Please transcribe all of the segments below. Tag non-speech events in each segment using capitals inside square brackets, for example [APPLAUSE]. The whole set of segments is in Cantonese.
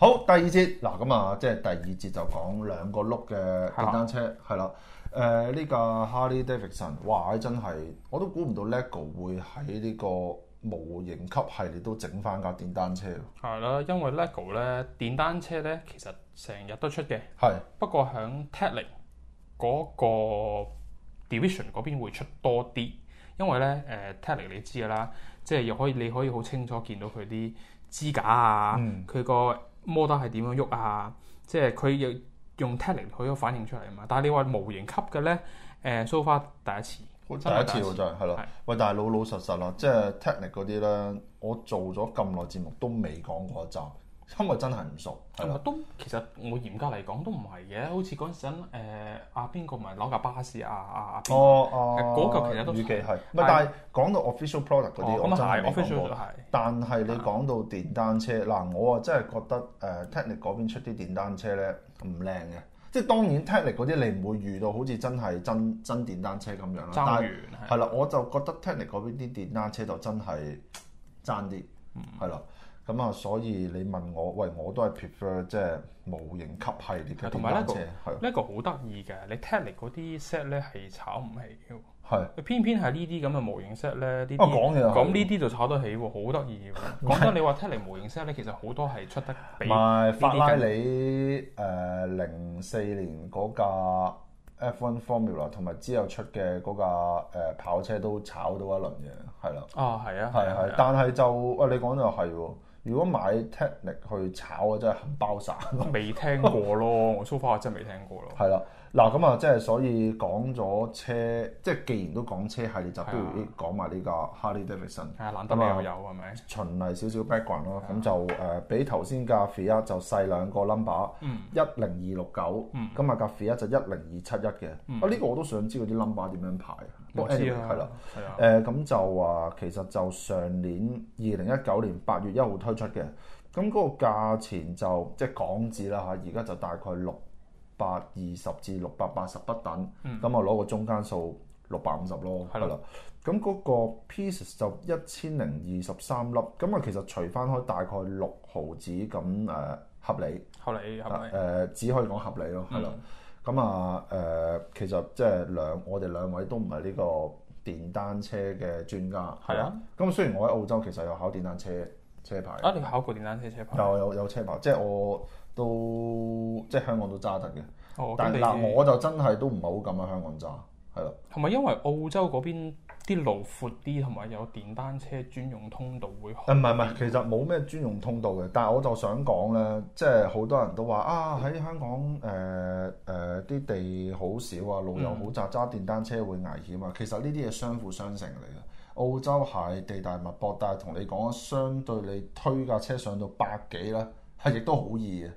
第二節嗱，咁啊，即係第二節就講兩個轆嘅電單車，係啦。誒呢架 Harley Davidson，哇！真係我都估唔到 LEGO 會喺呢個模型級系列都整翻架電單車喎。係啦，因為 LEGO 咧電單車咧其實成日都出嘅，係不過響 Technic 嗰個 division 嗰邊會出多啲，因為咧誒、Technic 你知㗎啦，即係又可以你可以好清楚見到佢啲支架啊，嗯佢個 model 係點樣喐啊，即係佢要用 Technic 佢都反映出嚟啊嘛。但係你話模型級嘅咧，誒 so far 第一次，好第真係一次喎，真係係咯係。喂，但係老老實實啦，即係 Technic 嗰啲咧，我做咗咁耐節目都未講過一集，因為真係唔熟。係同啦，埋啊都其實我嚴格嚟講都唔係嘅，好似嗰陣誒啊邊個咪攞架巴士啊啊啊邊個哦係哦，嗰嚿其實都預期係，唔係但但係講到 official product 嗰啲，哦我咁真啊係係未講過 official 係。但係啊你講到電單車嗱，我啊真係覺得誒、Technic 嗰邊出啲電單車咧唔靚嘅，即係當然 Technic 嗰啲你唔會遇到好似真係真真電單車咁樣嗯啦。但爭係完係係啦，我就覺得 Technic 嗰邊啲電單車就真係爭啲，嗯係啦。咁啊，所以你問我，喂，我都係 prefer 即係模型級系列嘅係同電埋單 LEGO 車，係呢個好得意嘅，你 Technic 嗰啲 set 咧係炒唔起嘅喎，係。佢偏偏係呢啲咁嘅模型 set 咧，呢啲啊講嘢又係咁呢啲就炒得起喎，好得意喎。[LAUGHS] 講真，你話 Technic 模型 set 咧，其實好多係出得唔 [LAUGHS] 比係啲法拉利誒零四年嗰架 F1 Formula 同埋之後出嘅嗰架誒、呃跑車都炒到一輪嘅，係啦，啊係啊係係，啊，但係就喂你講就係喎，如果買 Technic 去炒啊，真係冚包散。未聽過咯，我 so far 真係未聽過咯。 [LAUGHS] 係啦，嗱咁啊，即係所以講咗車，即係既然都講車系列，就不係啊如講埋呢架 Harley Davidson。係啊，難得你又有係咪？循例少少 background 啊咯，咁就誒比頭先架 Fiat 就細兩個 number，一嗯零二六九，咁啊架 Fiat 就一零二七一嘅。啊呢個我都想知嗰啲 number 點樣排，不唔過 a 嗯知 n 啊，係啦。係啊，誒呃咁就話其實就上年二零一九年八月一號推出嘅，咁嗰個價錢就即係港紙啦嚇，而家就大概六百二十至六百八十不等，咁啊攞個中間數六百五十咯，係係啦。咁嗰個 pieces 就一千零二十三粒，咁啊其實除翻開大概六毫子咁誒、合理。後嚟係啊咪誒、？只可以講合理咯，係啦。咁啊誒，其實即係兩我哋兩位都唔係呢個電單車嘅專家，係啊啦。咁雖然我喺澳洲其實有考電單車車牌，啊，你考過電單車車牌？有有有車牌，即係我都即係香港都揸得嘅。哦，咁但你嗱，我就真係都唔係好敢喺香港揸，係啦。同埋因為澳洲嗰邊啲路闊啲，同埋有電單車專用通道會好誒唔係唔係，其實冇咩專用通道嘅，但係我就想講咧，即係好多人都話啊，喺香港誒誒啲地好少啊，路又嗯好窄，揸電單車會危險啊。其實呢啲嘢相輔相成嚟嘅。澳洲係地大物博，但係同你講，相對你推架車上到百幾咧，係亦都好易嘅。哦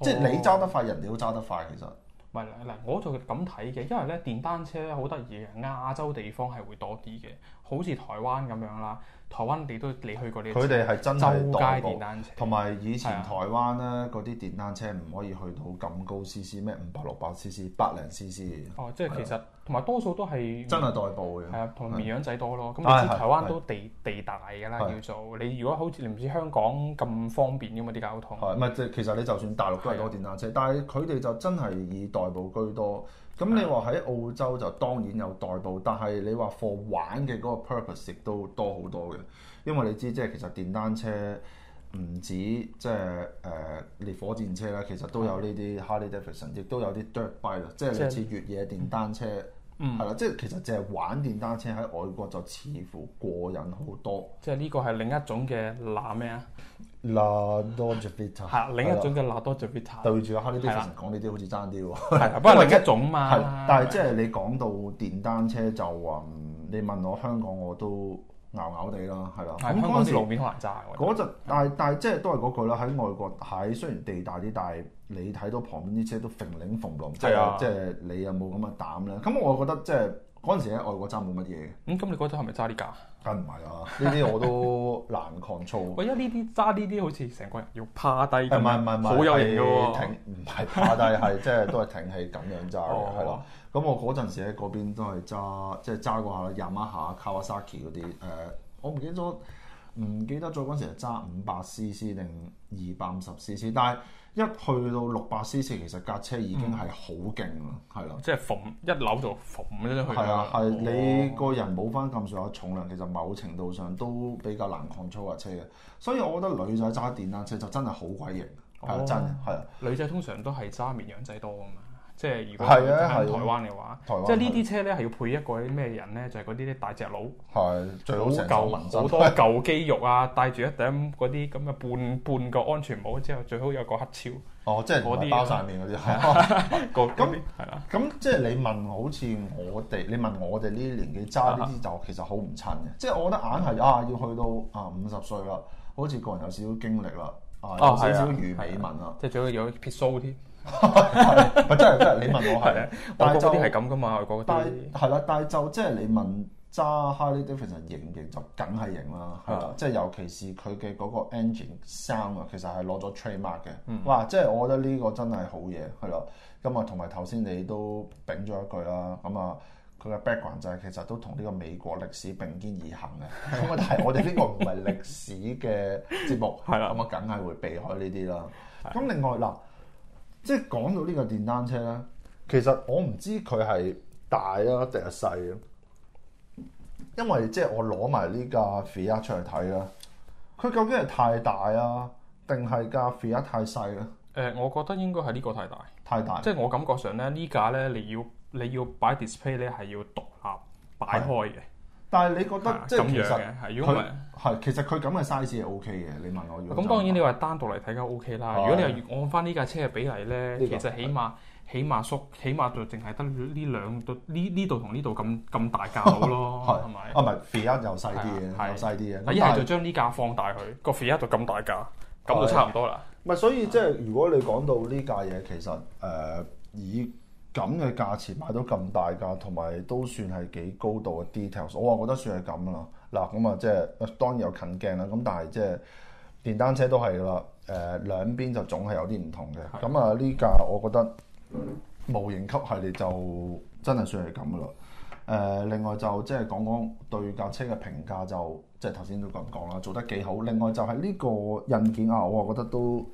即係你揸得快，人哋都揸得快，其實唔係嗱，我就咁睇嘅，因為咧電單車咧好得意嘅，亞洲地方係會多啲嘅，好似台灣咁樣啦，台灣你都你去過你都佢知哋係真周係街代步電單車，同埋以前係啊台灣咧，嗰啲電單車唔可以去到咁高 CC，咩五百六百 CC、百零 CC，哦，即係其實同埋多數都係真係代步嘅。係啊，同埋綿羊仔多咯。咁係你知係台灣都地地大㗎啦，係叫做你如果好似你唔似香港咁方便㗎嘛啲交通，係，唔係即係其實你就算大陸都係多電單啊車，但係佢哋就真係以代步居多。咁你話喺澳洲就當然有代步，但係你話 for 玩嘅嗰個 purpose 亦都多好多嘅，因為你知即係其實電單車唔止即係誒烈火戰車啦，其實都有呢嗯啲 Harley Davidson，亦都有啲 dirt bike 啦，即係類似越野電單車。嗯係啦，即係其實就係玩電單車喺外國就似乎過癮好多。即係呢個係另一種嘅嗱咩啊？ La Dolce Vita 係另一種嘅嗱多 j v i t a 對住 Harley 係 Davidson 講呢啲好似爭啲喎。係啊，不過另一種嘛係，。但係即係你講到電單車就話，嗯你問我香港我都咬咬地啦，係啦。係咁嗰香港陣啲時路面好難揸嘅。我覺得嗰陣，但係但係即係都係嗰句啦，喺外國喺雖然地大啲，但係你睇到旁邊啲車都揈領揈龍，即係啊係即係你有冇咁嘅膽咧？咁我覺得即係嗰陣時喺外國揸冇乜嘢嘅，咁咁你嗰陣係咪揸呢架？梗唔係啦，呢啲我都難 control。喂，因為呢啲揸呢啲好似成個人要趴低誒咁樣，唔係唔係唔係，好有型係嘅喎。挺唔係趴低，係即係都係挺起咁樣揸哦嘅，係咯。咁我嗰陣時喺嗰邊都係揸，即係揸過下 Yamaha、Kawasaki 嗰啲誒，我唔記得咗，唔記得咗嗰陣時係揸五百 CC 定二百五十 CC，但係一去到六百 cc，其實架車已經係好勁啦，係啦、即係縫一扭就縫咗出去係啊，係你哦個人冇翻咁上下重量，其實某程度上都比較難 control 架車嘅。所以我覺得女仔揸電單車就真係好鬼型，係啊哦真嘅係啊。女仔通常都係揸綿羊仔多啊嘛，即係如果係喺啊係啊台灣嘅話，台灣即係呢啲車咧係要配一個啲咩人咧？就係嗰啲大隻佬，係最好成嚿舊紋身，好多 [LAUGHS] 舊肌肉啊，戴住一頂嗰啲咁嘅半半個安全帽之後，最好有個黑超，哦，即係唔嗰係啲啊包晒面嗰啲係。 [LAUGHS] 個咁咁係啦，咁即係你問好似我哋，你問我哋呢啲年紀揸呢啲啊就其實好唔襯嘅，即係我覺得硬係啊，要去到啊五十歲啦，好似個人有少少經歷啦，啊哦有少係少啊魚尾紋啦，即係最好有撇須添。係咪真係真係你問我啊 [LAUGHS] 係係，啊外但係國就嗰啲係咁噶嘛，外國嗰但啲係係啦，但係就即係你問揸 Harley Davidson 型唔型就梗係型啦，係啊啦，即係尤其是佢嘅嗰個 engine sound 啊，其實係攞咗 trademark 嘅，嗯哇！即係我覺得呢個真係好嘢，係啦。咁啊，同埋頭先你都丙咗一句啦，咁啊。佢嘅 background 就係其實都同呢個美國歷史並肩而行嘅，咁啊但係我哋呢個唔係歷史嘅節目， [LAUGHS] 係啦咁啊梗係會避開呢啲啦。咁另外嗱，即係講到呢個電單車咧，其實我唔知佢係大啊定係細啊，因為即係我攞埋呢架 Fiat 出嚟睇啦，佢究竟係太大啊，定係架 Fiat 太細咧？誒，我覺得應該係呢個太大。太大，即係我感覺上咧，呢架咧你要你要擺 display 咧係要獨立擺開嘅，但係你覺係得啊即咁係其樣實嘅。係如果唔佢係，係其實佢咁嘅 size 係 OK 嘅，你問我要咁當然你話單獨嚟睇梗 OK 啦。係如果你係按翻呢架車嘅比例咧，呢其個實起碼起碼縮，起碼就淨係得呢兩度呢呢度同呢度咁咁大架到咯，係係咪？啊唔係 Fiat 又細啲嘅，係啊係又細啲嘅，咁一但係係就將呢架放大佢，個 f i 就咁大架，咁係就差唔多啦。唔係，所以即係如果你講到呢架嘢，其實誒、呃以咁嘅價錢買到咁大架，同埋都算係幾高度嘅 details，我啊覺得算係咁啦。嗱咁啊，即係呃當然有近鏡啦，咁但係即係電單車都係噶啦，誒、兩邊就總係有啲唔同嘅。咁啊呢架我覺得模型級系列就真係算係咁噶啦。誒、另外就即係講講對架車嘅評價就即係頭先都咁講啦，做得幾好。另外就係呢個印件啊，我啊覺得都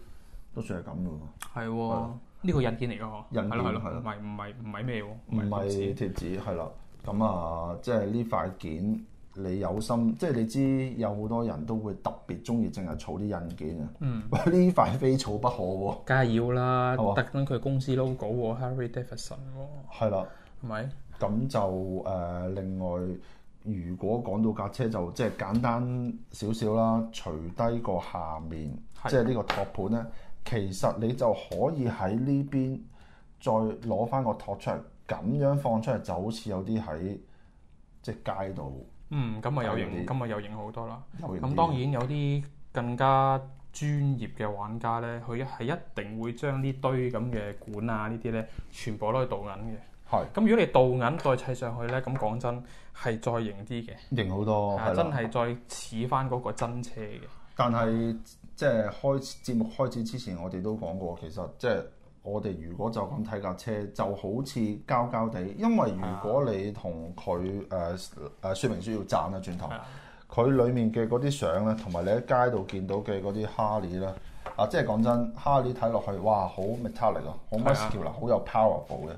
都算係咁嘅係喎，呢個印件嚟㗎嗬，印件係咯係咯係咯唔係唔係唔係咩喎？喎，唔公司係貼紙係啦。咁啊，即係呢塊件你有心，即係你知有好多人都會特別中意淨係儲啲印件啊。嗯， [LAUGHS] 喂，呢塊非儲不可喎。梗係要啦係嘛，特登佢公司 logo 喎，Harry Davidson 喎，係啦，係咪？咁就誒、另外，如果講到架車就即係簡單少少啦，除低個下面，係即係呢個托盤咧，其實你就可以喺呢邊再攞翻個托出嚟，咁樣放出嚟就好似有啲喺即係街度嗯，咁啊有係有啲型，咁啊有型好多啦。有型啲咁當然有啲更加專業嘅玩家咧，佢係一定會將呢堆咁嘅管啊呢啲咧，全部攞去倒銀嘅。係咁如果你倒銀再砌上去咧，咁講真係再型啲嘅，型好多，啊哦係真啦。係再似翻嗰個真車嘅。但係即係開始節目開始之前，我哋都講過，其實即係我哋如果就咁睇架車，就好似膠膠地，因為如啊果你同佢呃誒誒說明書要讚啦，轉頭係啊佢裡面嘅嗰啲相咧，同埋你喺街度見到嘅嗰啲哈利咧，啊，即係講真，哈利睇落去哇，好 metallic 啊，好係啊 muscular，好有 powerful 嘅。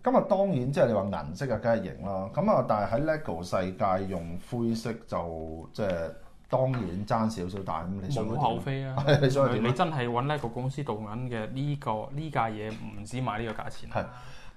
咁啊，當然即係你話銀色啊，梗係型啦。咁啊，但係喺 LEGO 世界用灰色就即係當然爭少少，但係咁你想佢無可點！厚非啊你想佢點啊你真係揾呢個公司導引嘅呢個呢架嘢，唔止買呢個價錢。係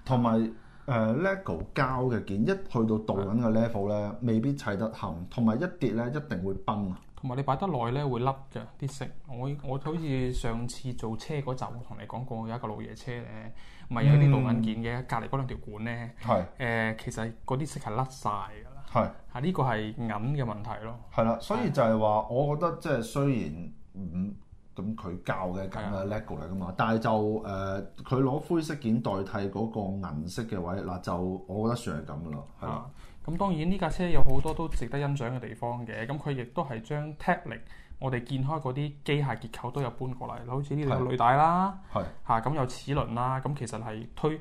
同埋誒 LEGO 膠嘅件，一去到導緊嘅 level 咧，未必砌得冚，同埋一跌咧一定會崩啊！同埋你擺得耐咧會甩嘅啲色。我我好似上次做車嗰集，我同你講過有一個老爺車咧，咪有啲導引嗯件嘅，隔離嗰兩條管咧，係誒、其實嗰啲色係甩晒㗎啦。係。啊，呢個係銀嘅問題咯。係啦，所以就係話，我覺得即係雖然唔咁佢教嘅咁嘅 lego 嚟噶嘛，但係就誒佢攞灰色件代替嗰個銀色嘅位嗱，就我覺得算係咁噶啦，係啦，啊，咁當然呢架車有好多都值得欣賞嘅地方嘅，咁佢亦都係將 technic 我哋見開嗰啲機械結構啊都有搬過嚟，好似呢度有履帶啦，係嚇咁有齒輪啦，咁其實係推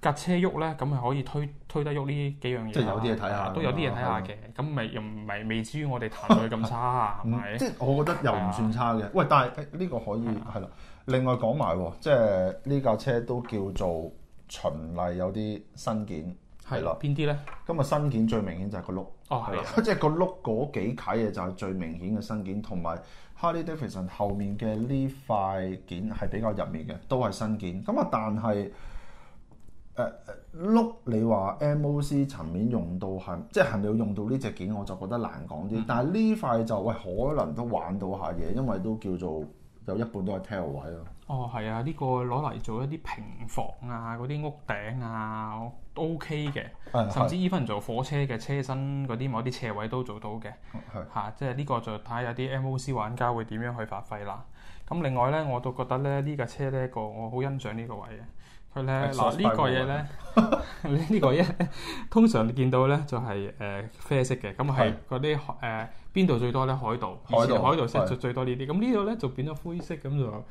架車喐咧，咁係可以推推得喐呢幾樣嘢啦，即係有啲嘢睇下都有啲嘢睇下咁嘅。咁咪又唔係未至於我哋彈到佢咁 [LAUGHS] 差，係嗯咪？即係我覺得又唔算差嘅。喂，但係呢個可以啊係啊啦。另外講埋喎，即係呢架車都叫做循例有啲新件係啦。邊啲咧？咁啊新件最明顯就係個轆，哦，係係啦啊，即係個轆嗰幾啓嘢就係最明顯嘅新件，同埋 Harley Davidson 後面嘅呢塊件係比較入面嘅，都係新件。咁啊，但係誒轆你話 MOC 層面用到係，即係係咪要用到呢只件，我就覺得難講啲。但係呢塊就喂可能都玩到下嘢，因為都叫做有一半都係 tail 位咯。哦，係啊，呢個攞嚟做一啲平房啊，嗰啲屋頂啊，O K 嘅，係啊甚至係 even 做火車嘅車身嗰啲某啲斜位都做到嘅。係嚇、即係呢個就睇下啲 MOC 玩家會點樣去發揮啦。咁另外咧，我都覺得咧呢架車咧個我好欣賞呢個位嘅。佢咧 Exhaust 啊嗱呢個嘢咧， [LAUGHS] 呢個嘢通常你見到咧就係、呃啡色嘅，咁係係嗰啲誒邊度最多咧海盜，海盜以前海盜色係就最多呢啲。咁呢度咧就變咗灰色，咁就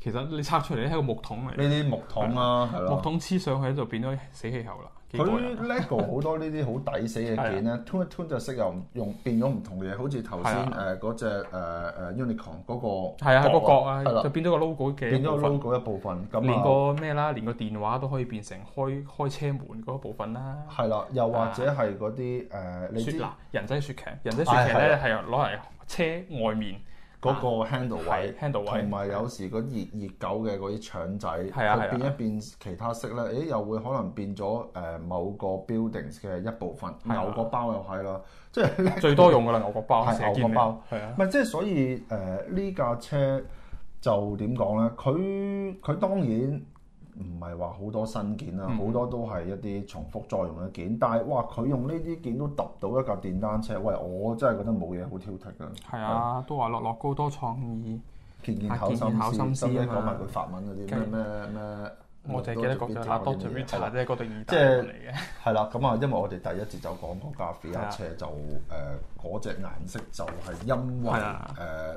其實你拆出嚟咧係個木桶嚟，呢啲木桶啦，係啦。木桶黐上去就變咗死氣候啦，幾過癮佢 LEGO 好多呢啲好抵死嘅件咧，turn 一 turn 就識又用變咗唔同嘅嘢，好似頭先啊係啊誒嗰只誒誒 Unicorn 嗰個係啊，係個角係啊，啦就變咗個 logo 嘅變咗個部分 logo 一部分，咁連啊個咩啦，連個電話都可以變成開開車門嗰部分啦。係啦，又或者係嗰啲誒你啊雪知嗱，人仔雪騎，人仔雪係騎咧係啊攞嚟車外面嗰個 handle 啊係位， handle 同位，埋有時嗰熱熱狗嘅嗰啲腸仔，係啊係啊佢變一變其他色咧，誒又會可能變咗誒某個 buildings 嘅一部分，係啊牛角包又係啦，即係最多用噶啦牛角包，係成日見牛角包你係啊，唔係即係所以誒呢架車就點講咧？佢佢當然唔係話好多新件啊啦，好、嗯多都係一啲重複再用嘅件。但係哇，佢用呢啲件都揼到一架電單車，喂！我真係覺得冇嘢好挑剔啊！係啊，都話樂樂高多創意，件件啊考件件考心心思，思使唔使啊嘛講埋佢法文嗰啲咩咩咩？我就係記得嗰句啦，多做 r i 係 c h 啦啫，嗰對意大即利係嚟嘅。係啦，咁啊，因為我哋第一節就講嗰架菲係亞啊車就誒呃嗰只顏色就係因為誒呃係啊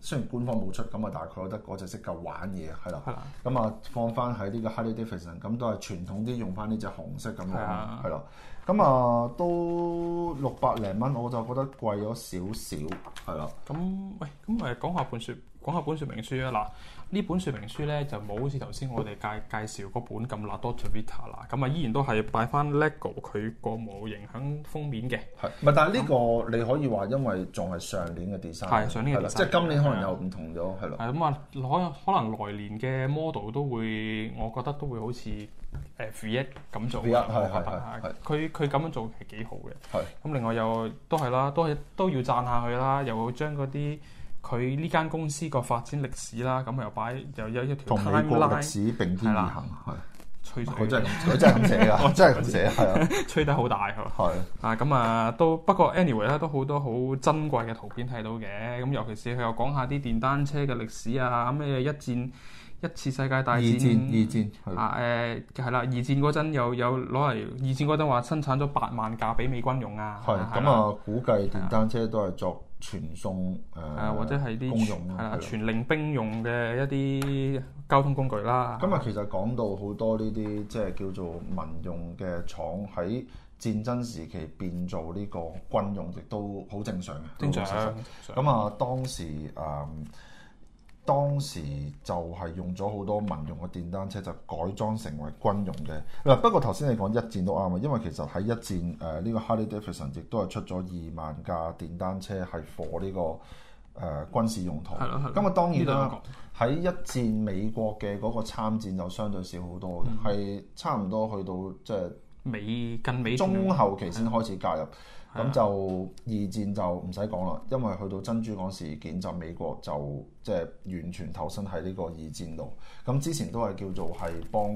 雖然官方冇出咁啊，但係佢覺得嗰只識夠玩嘢係啦。係啦，咁啊，放翻喺呢個 Harley Davidson，咁都係傳統啲用翻呢只紅色咁樣，係啊係啦。咁啊，都六百零蚊，我就覺得貴咗少少，係啦。咁喂，咁誒講下本説講下本説明書啊嗱，呢本説明書咧就冇好似頭先我哋介介紹嗰本咁辣多 t v i t a 啦，咁啊依然都係擺翻 LEGO 佢個模型喺封面嘅，係，唔係？但係呢個你可以話，因為仲係上年嘅 design，係啊上年嘅係啦 design 即係今年可能又唔同咗，係咯。係咁啊，可可能來年嘅 model 都會，我覺得都會好似誒 V1 咁做 V1 啦，係我係覺係係得佢佢咁樣做係幾好係嘅。咁另外又都係啦，都係都要讚下佢啦，又將嗰啲佢呢間公司個發展歷史啦，咁又擺又有一條同美國歷 timeline 史並肩而行，係。吹佢水，真係佢真係咁寫噶，我真係咁寫，係啊，吹得好大係嘛係。啊，咁啊都不過 anyway 咧，都好多好珍貴嘅圖片睇到嘅。咁尤其是佢又講下啲電單車嘅歷史啊，咩一戰一次世界大二戰戰二戰係啊誒係啦，二戰嗰陣又有攞嚟，二戰嗰陣話生產咗八萬架俾美軍用啊，係係咁啦，啊，估計電單車都係作傳送呃誒誒啊或者係公啲用全咯係係啦啦全令兵用嘅一啲交通工具啦。今日啊其實講到好多呢啲即係叫做民用嘅廠喺戰爭時期變做呢個軍用，亦都好正常嘅。正常老實講咁啊，當時誒、嗯當時就係用咗好多民用嘅電單車，就改裝成為軍用嘅。嗱，不過頭先你講一戰都啱啊，因為其實喺一戰誒呢、個 Harley Davidson 亦都係出咗二萬架電單車係 for 呢個誒、軍事用途。係咯係咯咁啊，當然呢度有啦。講喺一戰美國嘅嗰個參戰就相對少好多嘅，嗯係、差唔多去到即係美近美中後期先開始介入。咁就二戰就唔使講啦，因為去到珍珠港事件就美國就即係完全投身喺呢個二戰度。咁之前都係叫做係幫誒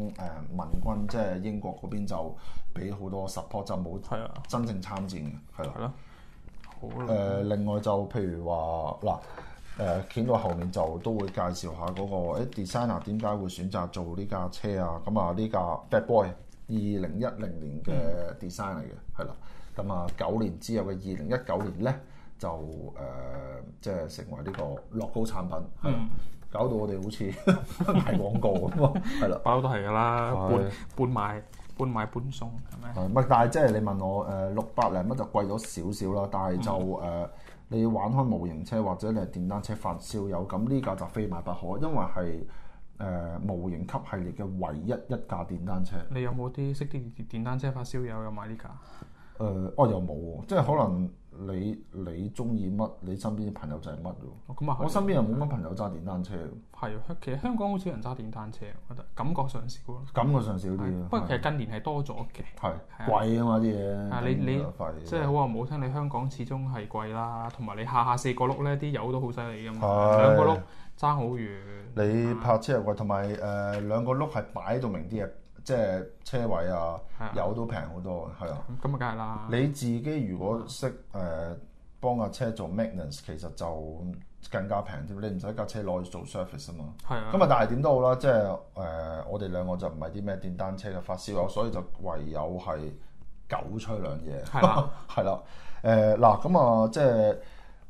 民軍，即係英國嗰邊就俾好多 support，就冇係啊真正參戰嘅，係啦。係咯，好誒、啦。呃另外就譬如話嗱，誒、呃見到後面就都會介紹下嗰、個、誒 designer 點解會選擇做呢架車啊？咁啊，呢架 Bad Boy 二零一零年嗯嘅 design 嚟嘅，係啦。咁啊，九年之後嘅二零一九年咧，就誒、即係成為呢個樂高產品，係嗯啦。 [LAUGHS] 搞到我哋好似賣廣告咁喎，係啦。包都係噶啦，係半半賣半買半送係咪？係，唔係但係即係你問我誒六百零蚊就貴咗少少啦，但係就誒、嗯呃你要玩開模型車或者你係電單車發燒友，咁呢架就非買不可，因為係誒、呃模型級系列嘅唯一一架電單車。誒、你有冇啲識啲電電單車發燒友有買呢架？哦又冇喎，即係可能你你中意乜，你身邊啲朋友就係乜咯。哦咁啊係，我身邊又冇乜朋友揸電單車喎，係啊其實香港好少人揸電單車，我覺得感覺上少咯。感覺上少啲係咯。不過其實近年係多咗嘅，係係啊貴啊嘛啲嘢，啊你你費即係好話唔好聽，你香港始終係貴啦，同埋你下下四個轆咧啲油都好犀利㗎嘛，係兩個轆爭好遠。你泊車又貴，同埋誒兩個轆係擺到明啲嘢，即係車位啊，係啊，油都平好多，係啊。咁咁啊，梗係啦。你自己如果識誒、呃、幫架車做 maintenance，其實就更加平添，你唔使架車攞去做 service 啊嘛。係啊，咁啊，但係點都好啦，即係誒、呃我哋兩個就唔係啲咩電單車嘅發燒友，所以就唯有係狗吹兩嘢。係啦， [LAUGHS] 係啦，誒嗱咁啊，即係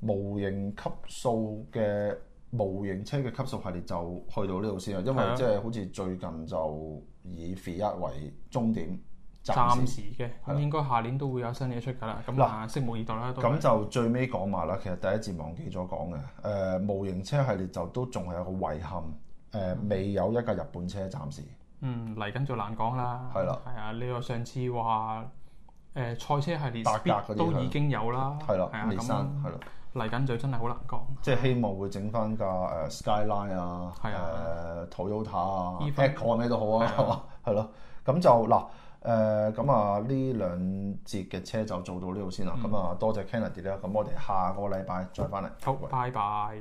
模型級數嘅模型車嘅級數系列就去到呢度先啦，因係啊為即係好似最近就以 Fiat 為終點，暫暫時時嘅，咁應該下年都會有新嘢出㗎啦。咁啊，拭目以待啦。都咁就最尾講埋啦。其實第一節忘記咗講嘅，誒、呃模型車系列就都仲係有個遺憾，誒、未有一架日本車暫時。嗯嚟緊就難講啦。係啦，係啊，你話上次話誒賽車系列八格嗰啲 Speed 都已經有啦，係啦係啊，，尼山咁係啦，嚟緊就真係好難講。即係希望會整翻架誒 Skyline 啊，係啊誒 Toyota 啊 E-Van ，Econ 咩都好啊，係嘛係咯。咁就嗱誒咁啊，呢兩節嘅車就嗯做到呢度先啦。咁啊，多謝 Kennedy 啦。咁我哋下個禮拜再翻嚟。好，拜拜。